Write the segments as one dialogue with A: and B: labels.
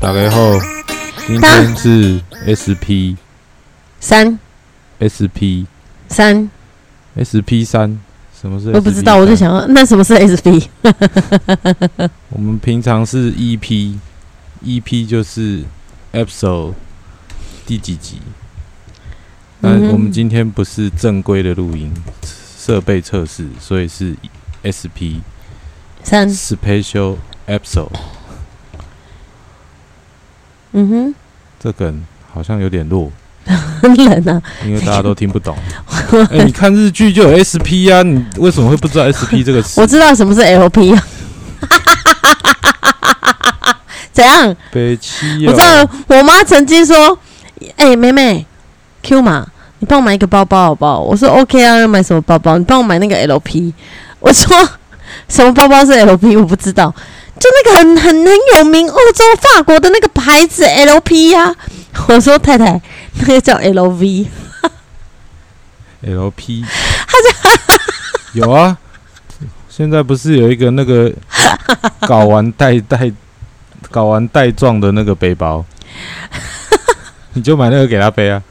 A: 打开后，今天是 SP
B: 三
A: SP
B: 三，
A: SP 三，什么是？
B: 我不知道，我就。想要那什么是 SP？
A: 我们平常是 EP，EP 就是 episode 第几集。那
B: 嗯哼
A: 我们今天不是正规的录音设备测试，所以是 SP
B: 三，
A: Special Episode。
B: 嗯
A: 这梗好像有点弱，
B: 哼，很 冷啊。
A: 因为大家都听不 懂。哎、你看日剧就有 SP 啊，你为什么会不知道 SP 这个词
B: 我？知道什么是 LP 啊。 怎样？
A: 北七、
B: 我
A: 哦，
B: 知道，我妈曾经说：“哎、妹妹，Q 嘛，你帮我买一个包包好不好？”我说：“OK 啊，要买什么包包？你帮我买那个 LP。”我说：“什么包包是 LP？我不知道，就那个很很很有名，欧洲法国的那个牌子 LP 呀、我说：“太太，那个叫 LV。
A: LP，有 啊，现在不是有一个那 个搞完带带搞完带状的那个背包，你就买那个给他背啊。”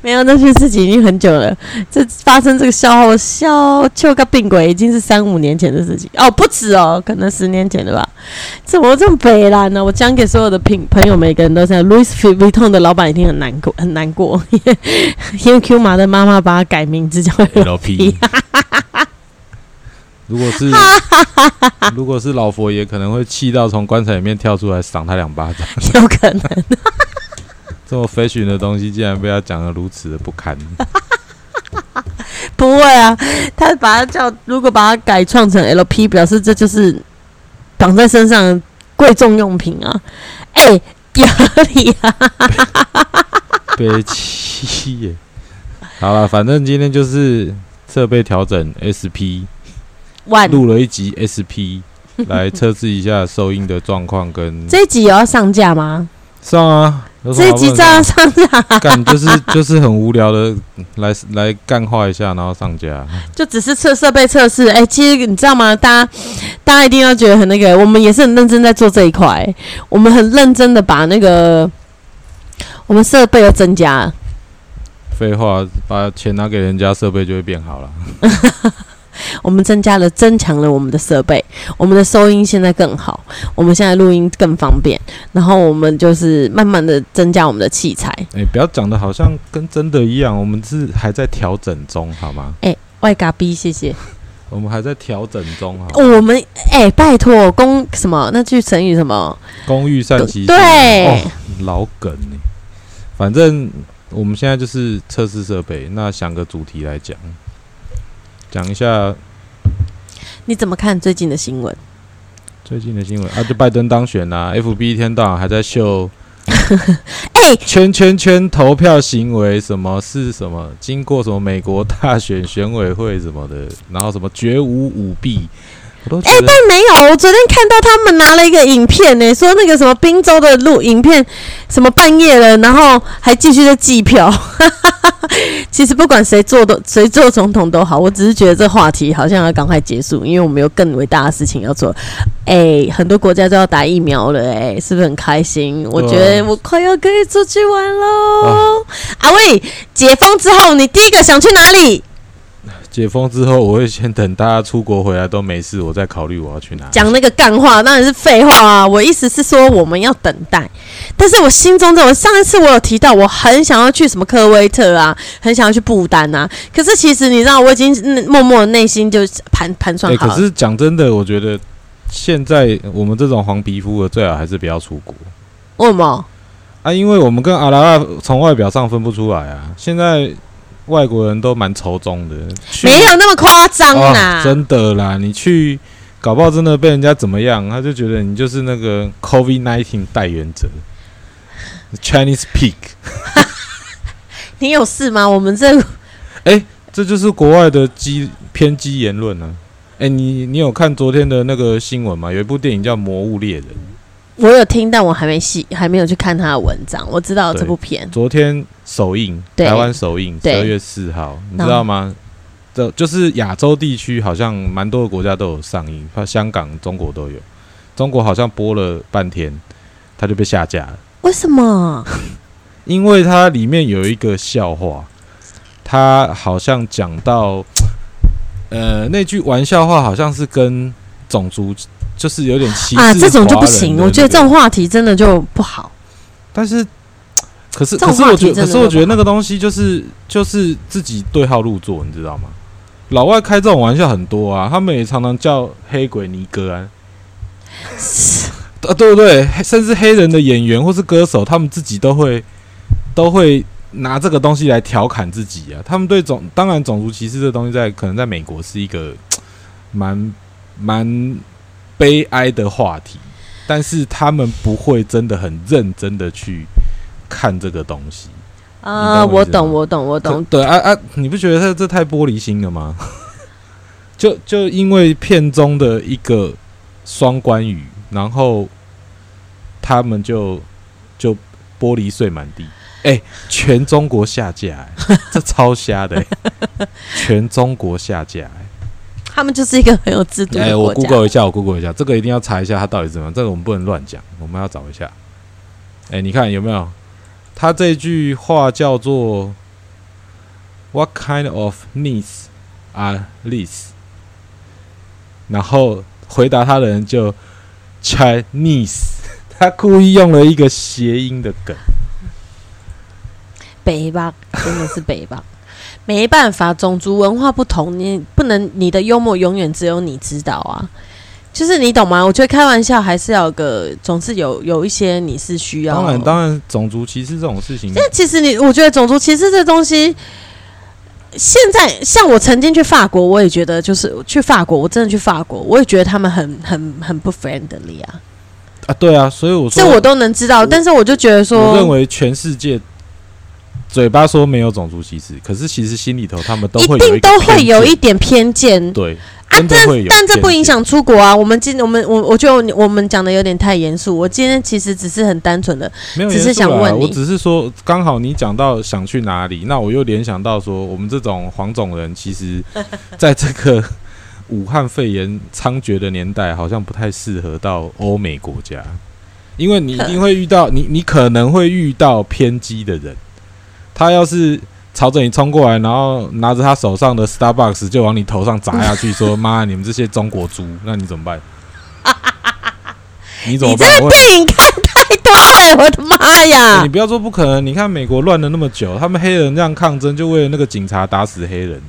B: 没有，那是自己已经很久了。这发生这个笑话，我笑就个病鬼，已经是三五年前的事情哦，不止哦，可能十年前的吧。怎么这么北蓝呢？我讲给所有的朋朋友，每个人都这样。Louis Vuitton 的老板一定很难过，很难过，因为 Q 马的妈妈把他改名字叫
A: LP。如果 是如果是老佛爷，可能会气到从棺材里面跳出来赏他两巴掌。
B: 有可能。
A: 这么 fashion 的东西，竟然被他讲得如此的不堪。
B: 不会啊，他把它叫，如果把它改创成 LP，表示这就是绑在身上的贵重用品啊。哎、有理啊。
A: 悲戚耶。好了，反正今天就是设备调整 SP，
B: 万
A: 录了一集 SP 来测试一下收音的状况跟
B: 这一集有要上架吗？
A: 上啊。有什么
B: 这一
A: 好不
B: 集
A: 能
B: 照样上架，
A: 干就是就是很无聊的来来干化一下，然后上架。
B: 就只是测设备测试。哎、其实你知道吗？大家大家一定要觉得很那个，我们也是很认真在做这一块、我们很认真的把那个我们设备又增加。
A: 废话，把钱拿给人家，设备就会变好了。
B: 我们增加了、增强了我们的设备，我们的收音现在更好，我们现在录音更方便，然后我们就是慢慢的增加我们的器材。
A: 哎、不要讲的好像跟真的一样，我们是还在调整中，好吗？
B: 外嘎逼，谢谢。
A: 我们还在调整中，好吗。
B: 我们哎、拜托，公什么那句成语什么？
A: 公寓善其事
B: 对
A: 哦，老梗呢。反正我们现在就是测试设备，那想个主题来讲，讲一下
B: 你怎么看最近的新闻？
A: 最近的新闻啊，就拜登当选啦、f b 一天到晚还在秀
B: 哎
A: 圈圈圈投票行为什么是什么，经过什么美国大选选委会什么的，然后什么绝无舞弊，我都觉得、
B: 哎没有，我昨天看到他们拿了一个影片呢、说那个什么滨州的录影片，什么半夜了，然后还继续在计票。 其实不管谁做的，谁做总统都好，我只是觉得这话题好像要赶快结束，因为我们有更伟大的事情要做。哎、很多国家都要打疫苗了、哎，是不是很开心？我觉
A: 啊
B: 得我快要可以出去玩喽。阿伟，解封之后你第一个想去哪里？
A: 解封之后，我会先等大家出国回来都没事，我再考虑我要去哪。
B: 讲那个干话，当然是废话啊！我意思是说，我们要等待。但是我心中在，我上一次我有提到，我很想要去什么科威特啊，很想要去不丹啊。可是其实你知道，我已经嗯默默内心就盘盘
A: 哎、
B: 算好
A: 可
B: 了。
A: 是讲真的，我觉得现在我们这种黄皮肤的最好还是不要出国。
B: 为什么？
A: 啊，因为我们跟阿拉阿从外表上分不出来啊。现在外国人都蛮仇中的，去
B: 没有那么夸张
A: 啊
B: 啦。
A: 真的啦，你去搞不好真的被人家怎么样，他就觉得你就是那个 COVID nineteen 代言者，Chinese Peak，
B: 你有事吗？我们这
A: 这就是国外的激偏激言论啊。哎、你你有看昨天的那个新闻吗？有一部电影叫《魔物猎人》，
B: 我有听，但我还没细，还没有去看他的文章。我知道
A: 对
B: 这部片，
A: 昨天首映，
B: 对
A: 台湾首映，十
B: 对
A: 二月四号，你知
B: 然后
A: 道吗？这就是亚洲地区好像蛮多的国家都有上映，像香港、中国都有。中国好像播了半天，它就被下架了，
B: 为什么？
A: 因为它里面有一个笑话，它好像讲到，呃，那句玩笑话好像是跟种族就是有点歧视、
B: 啊，这种就不行。我觉得这种，话题真的就不好。
A: 但是。可是，
B: 这
A: 可
B: 种
A: 是我
B: 话题
A: 觉得，
B: 真
A: 可
B: 的
A: 是我
B: 都
A: 觉得
B: 不
A: 那个东西就是就是自己对号入座，你知道吗？老外开这种玩笑很多啊，他们也常常叫黑鬼尼哥 啊，啊对不对？黑甚至黑人的演员或是歌手，他们自己都会都会拿这个东西来调侃自己啊。他们对种当然种族歧视这东西在可能在美国是一个蛮蛮悲哀的话题，但是他们不会真的很认真的去看这个东西。
B: 啊，
A: 你懂我
B: 我
A: 意思吗
B: 懂，我懂，我懂。
A: 对啊啊！你不觉得这这太玻璃心了吗？ 就就因为片中的一个双关语，然后他们就就玻璃碎满地。哎、全中国下架、哎这超瞎的、哎全中国下架、哎
B: 他们就是一个很有制度
A: 哎、
B: 的
A: 我
B: 国家。
A: Google 一下，我 Google 一下，这个一定要查一下它到底是怎么样，这个我们不能乱讲，我们要找一下。哎、你看有没有？他这句话叫做 “What kind of needs are these？” 然后回答他的人就 Chinese，他故意用了一个谐音的梗。
B: 北吧，真的是北吧， 没办法，种族文化不同，你不能你的幽默永远只有你知道啊。就是你懂吗？我觉得开玩笑还是要有个，总是有有一些你是需要。
A: 当然，当然，种族歧视这种事情，
B: 但其实你，我觉得种族歧视这东西，现在像我曾经去法国，我也觉得就是去法国，我真的去法国，我也觉得他们很很很不 friendly 啊，
A: 啊，对啊，所以我说
B: 这我都能知道。
A: 我
B: 但是我就觉得
A: 我认
B: 说，
A: 为全世界嘴巴说没有种族歧视，可是其实心里头他们都
B: 一
A: 会有
B: 定
A: 个
B: 都会有
A: 偏
B: 一
A: 见
B: 点偏见，
A: 对
B: 啊
A: 真的会有
B: 但这
A: 偏
B: 不影
A: 见
B: 响出国啊。我们今我们我我觉得我们讲的有点太严肃。我今天其实只是很单纯的，
A: 没有
B: 只是
A: 严肃
B: 想
A: 啦
B: 问
A: 我
B: 你
A: 只是说刚好你讲到想去哪里，那我又联想到说我们这种黄种人，其实 在这个武汉肺炎猖獗的年代，好像不太适合到欧美国家，因为你一定会遇到你你可能会遇到偏激的人，他要是。朝着你冲过来，然后拿着他手上的 Starbucks 就往你头上砸下去， 说：“妈，你们这些中国猪！”那你怎么办？你怎么
B: 你这
A: 办？
B: 个
A: 我
B: 电影看太多了，我的妈
A: 欸
B: 呀
A: 你！不要说不可能，你看美国乱了那么久，他们黑人这样抗争，就为了那个警察打死黑人。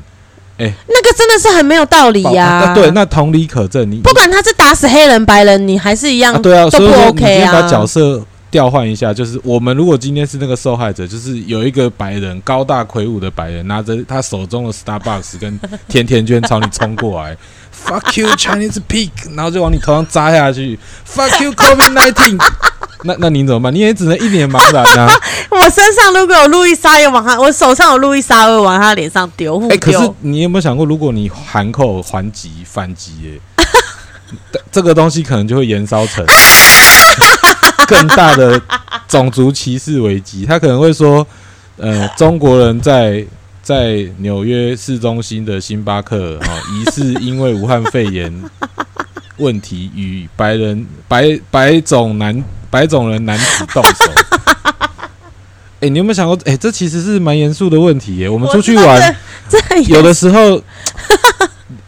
B: 那个真的是很没有道理
A: 保
B: 呀、
A: 啊对，那同理可证，你
B: 不管他是打死黑人、白人，你还是一样。
A: 啊对啊，
B: 都
A: 所以
B: 不
A: 说你
B: OK
A: 今天把
B: 啊
A: 角色调换一下，就是我们如果今天是那个受害者，就是有一个白人高大魁梧的白人，拿着他手中的 Starbucks 跟 甜甜圈朝你冲过来，Fuck you Chinese pig，然后就往你头上扎下去，Fuck you COVID nineteen，那那你怎么办？你也只能一脸茫然啊。
B: 我身上如果有路易莎，也往他；我手上有路易莎，我会往他脸上丢。互
A: 哎、可
B: 丢
A: 是你有没有想过，如果你含扣还击反击、哎， 这个东西可能就会延烧成 更大的种族歧视危机。他可能会说，呃，中国人在在纽约市中心的星巴克啊、哦，疑似因为武汉肺炎问题与白人白白种男白种人男子动 手。哎、你有没有想过？哎、这其实是蛮严肃的问题耶。我们
B: 我
A: 出去
B: 知道
A: 玩，
B: 这这
A: 有的时候，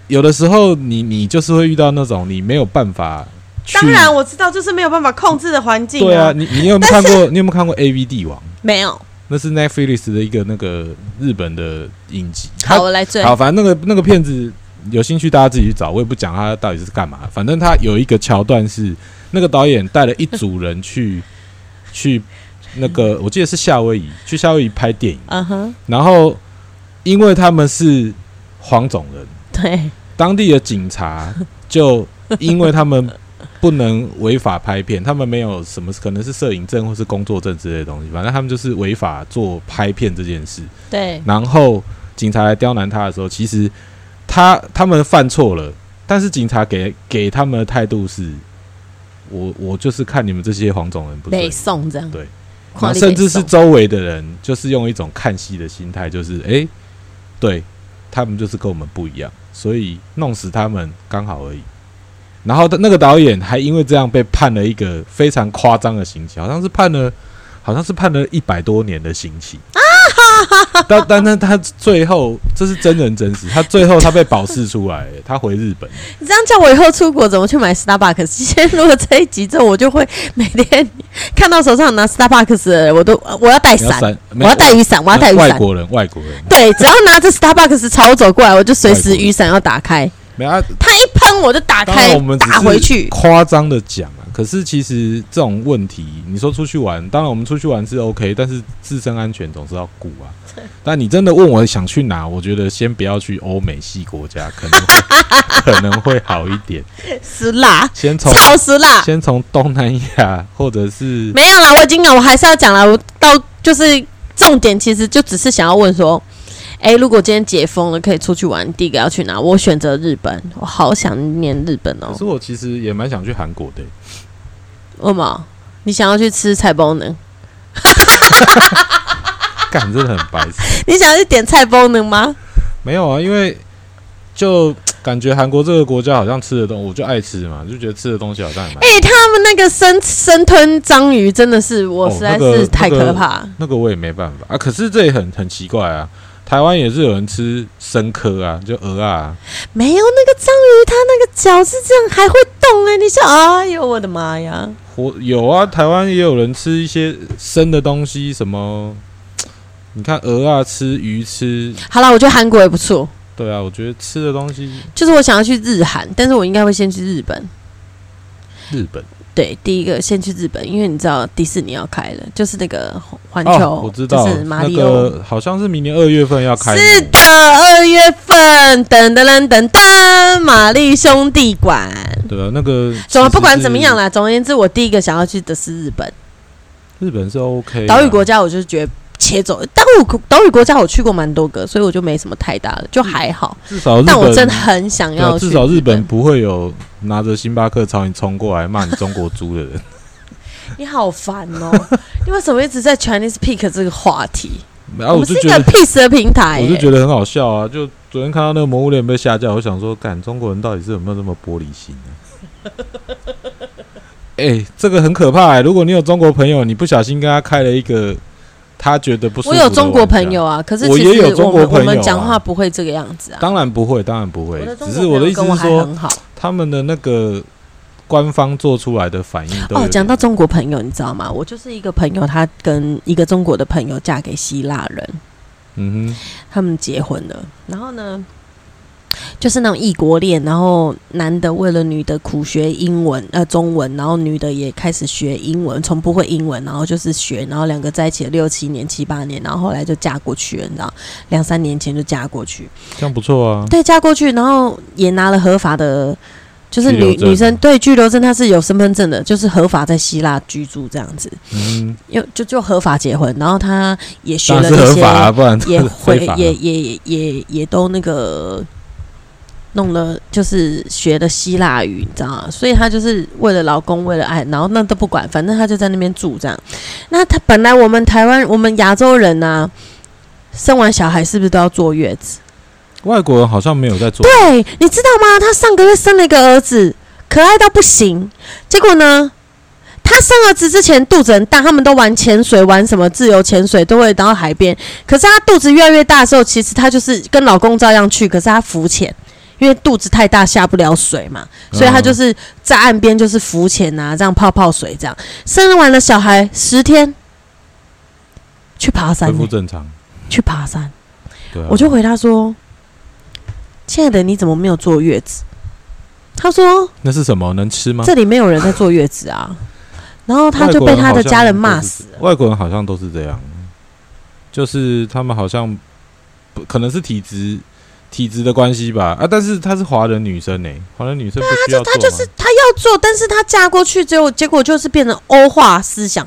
A: 有的时候你你就是会遇到那种你没有办法去。
B: 当然我知道，就是没有办法控制的环境、
A: 对啊，，你你有没有看过？你有没有看过《A V 帝王》？
B: 没有。
A: 那是 Netflix 的一个那个日本的影集。
B: 好，我来追
A: 它，。好，反正那个那个片子有兴趣大家自己去找，我也不讲它到底是干嘛。反正它有一个桥段是那个导演带了一组人 去去那个，我记得是夏威夷，去夏威夷拍电影。
B: 嗯哼，
A: 然后因为他们是黄种人。
B: 对，
A: 当地的警察就因为他们不能违法拍片，他们没有什么可能是摄影证或是工作证之类的东西，反正他们就是违法做拍片这件事。
B: 对，
A: 然后警察来刁难他的时候，其实他他们犯错了，但是警察给给他们的态度是：我我就是看你们这些黄种人不对
B: 北，宋这样。
A: 对
B: 看你北宋，
A: 甚至是周围的人，就是用一种看戏的心态，就是诶，对他们就是跟我们不一样，所以弄死他们刚好而已。然后那个导演还因为这样被判了一个非常夸张的刑期，好像是判了，好像是判了一百多年的刑 期。但但但他最后这是真人真事，他最后他被保释出来，他回日本。
B: 你这样叫我以后出国怎么去买 Starbucks？今 天如果这一集之后，我就会每天 看到手上拿 Starbucks，的人我都我要带
A: 你要
B: 伞，
A: 伞，没有
B: 我要带雨伞，我要带雨
A: 外
B: 伞。
A: 国人，外国人
B: 对，只要拿着 Starbucks 朝我走过来，我就随时
A: 外国人
B: 雨伞要打开，
A: 没有啊。
B: 它一喷我就打
A: 当
B: 开
A: 然我们只
B: 啊打回
A: 是
B: 去。
A: 夸张的讲啊，可是其实这种问题，你说出去玩，当然我们出去玩是 OK，但是自身安全总是要 顾啊。但你真的问我想去哪，我觉得先不要去欧美系国家，可能会 可能会好一点。
B: 死辣，
A: 先从
B: 超死辣。
A: 先从东南亚或者是
B: 啊没有啦，我已经有，我还是要讲了。我到就是重点，其实就只是想要问说，哎、如果今天解封了，可以出去玩，第一个要去哪？我选择日本，我好想念日本哦
A: 可。是我其实也蛮想去韩国的、
B: 为什么？你想要去吃菜包能？
A: 干真的很白痴。
B: 你想要去点菜包能吗？
A: 没有啊，因为就感觉韩国这个国家好像吃的东，我就爱吃嘛，就觉得吃的东西好像也蛮……
B: 哎、他们那个生生吞章鱼真的是，我
A: 哦
B: 实在
A: 那个
B: 是太
A: 那个
B: 可怕。
A: 哦那个我也没办法啊。可是这也很很奇怪啊，台湾也是有人吃生科啊，就鹅啊，
B: 没有那个章鱼，它那个脚是这样还会动哎、你想，哎呦我的妈呀！
A: 活有啊，台湾也有人吃一些生的东西，什么你看鹅啊，吃鱼吃，
B: 好了，我觉得韩国也不错，
A: 对啊，我觉得吃的东西
B: 就是我想要去日韩，但是我应该会先去日本。
A: 日本
B: 对，第一个先去日本，因为你知道迪士尼要开了，就是那个环球，
A: 哦，我知道，
B: 就是马
A: 那
B: 里奥。
A: 个好像是明年二月份要开幕，
B: 是的，二月份，噔噔噔噔噔，玛丽兄弟馆。
A: 对啊，那个
B: 总不管怎么样
A: 了，
B: 啦，总而言之，我第一个想要去的是日本
A: 日本是 OK 啊
B: 岛屿国家，我就觉得且走。岛屿岛屿国家我去过蛮多个，所以我就没什么太大的，就还好。
A: 至嗯哦少日本
B: 但我真的很想
A: 对啊
B: 要去
A: 至少日本，不会有拿着星巴克朝你冲过来骂你中国猪的 人。
B: 你好烦哦！你为什么一直在 Chinese Pick 这个话 题？
A: 然后、啊我
B: 我们
A: 就是
B: 一
A: 觉
B: 个
A: 得
B: 很 peace 的平台、
A: 我就
B: 得
A: 觉得很好笑啊！就昨天看到那个《魔物猎人》被下架，我想说，干中国人到底是有没有这么玻璃心啊？ 哎、这个很可怕、欸。如果你有中国朋友，你不小心跟他开了一个他觉得不舒服，
B: 我有中国朋。友啊，可是
A: 我
B: 其
A: 也
B: 实
A: 有中
B: 我
A: 国
B: 们
A: 朋
B: 我
A: 友啊
B: 们讲话不会这个样子啊。
A: 当然不会，当然不会
B: 我的。中
A: 只
B: 国
A: 是我的
B: 朋
A: 意
B: 友
A: 思
B: 跟我
A: 是
B: 还
A: 说，
B: 很好
A: 他们的那个官方做出来的反应都有
B: 哦，
A: 点
B: 讲到中国朋友，你知道吗？我就是一个朋友，他跟一个中国的朋友嫁给希腊人，
A: 嗯
B: 他们结婚了。然后呢，就是那种异国恋，然后男的为了女的苦学英文呃中文，然后女的也开始学英文，从不会英文，然后就是学，然后两个在一起了六七年、七八年，然后后来就嫁过去了，你知道，两三年前就嫁过去。
A: 哼，这样不错啊。
B: 对，嫁过去，然后也拿了合法的，就是
A: 居留
B: 女
A: 证
B: 女生对居留证，她是有身份证的，就是合法在希腊居住这样子，
A: 嗯哼，
B: 又就就合法结婚，然后她也学
A: 当
B: 了
A: 然是
B: 这
A: 合
B: 些，
A: 法、啊，不然
B: 也
A: 非
B: 会
A: 法啊
B: 也也也也也都那个弄了，就是学的希腊语，你知道吗？所以她就是为了老公，为了爱，然后那都不管，反正她就在那边住这样。那她本来我们台湾我们亚洲人呢、生完小孩是不是都要坐月子？
A: 外国人好像没有在做。
B: 对，你知道吗？她上个月生了一个儿子，可爱到不行。结果呢，她生儿子之前肚子很大，他们都玩潜水，玩什么自由潜水，都会到海边。可是她肚子越来越大的时候，其实她就是跟老公照样去，可是她浮潜。因为肚子太大下不了水嘛，
A: 嗯
B: 所以她就是在岸边就是浮潜啊，这样泡泡水这样。生完了小孩十天，去爬山
A: 恢
B: 欸、
A: 复正常。
B: 去爬山。
A: 对啊，
B: 我就回他说：“亲爱的，你怎么没有坐月子？”他说
A: 那是什么？能吃吗？：“
B: 这里没有人在坐月子 啊。”然后他就被他的家人骂死。
A: 外国人好像都是这样，就是他们好像不可能是体质体质的关系吧？啊，但是她是华人女生呢、欸华人女生不需要做
B: 她啊就是她要做，但是她嫁过去之后，结果就是变成欧化思想，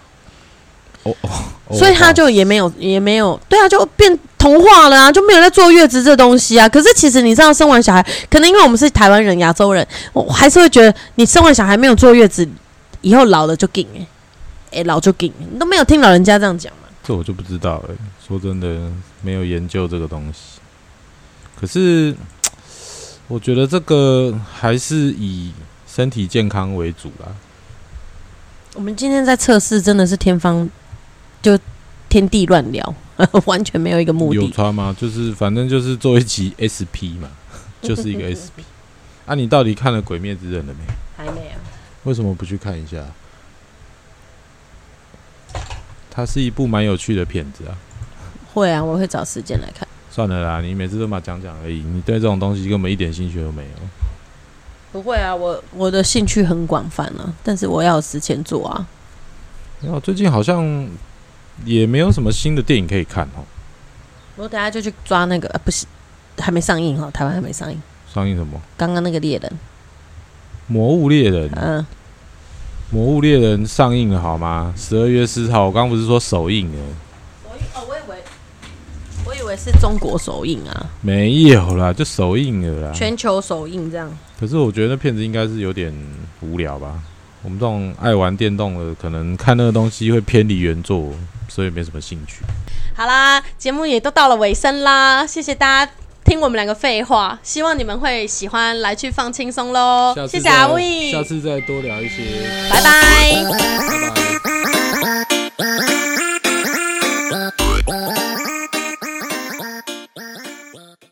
A: 哦哦，哦
B: 所以她就也没有也没有对啊，就变同化了啊，就没有在坐月子这东西啊。可是其实你知道，生完小孩，可能因为我们是台湾人、亚洲人，我我还是会觉得你生完小孩没有坐月子，以后老了就硬哎、哎老就硬，你都没有听老人家这样讲。
A: 欸这我就不知道了、说真的，没有研究这个东西。可是我觉得这个还是以身体健康为主啦。
B: 我们今天在测试真的是天方就天地乱聊， 完全没有一个目
A: 有
B: 的。
A: 差吗？就是反正就是做一集 SP 嘛， 就是一个 SP。啊，你到底看了《鬼灭之刃》了没？
B: 还没啊有。
A: 为什么不去看一下？它是一部蛮有趣的片子啊。
B: 会啊，我会找时间来看。
A: 算了啦，你每次都嘛讲讲而已，你对这种东西根本一点兴趣都没有。
B: 不会啊，我我的兴趣很广泛啊，但是我要有时间做啊。
A: 然后最近好像也没有什么新的电影可以看哦。
B: 我等下就去抓那个，呃、不是还没上映哦，台湾还没上映。
A: 上映什么？
B: 刚刚那个猎人，
A: 《魔物猎人》
B: 嗯、
A: 魔物猎人》上映了好吗？十二月四号，我刚不是说首映了？
B: 我以哦，我以为我以为是中国首映啊，
A: 没有啦，就首映了啦。
B: 全球首映这样。
A: 可是我觉得那片子应该是有点无聊吧。我们这种爱玩电动的，可能看那个东西会偏离原作，所以没什么兴趣。
C: 好啦，节目也都到了尾声啦，谢谢大家听我们两个废话，希望你们会喜欢来去放轻松喽。谢谢阿威，
A: 次再多聊一些。
C: 拜拜。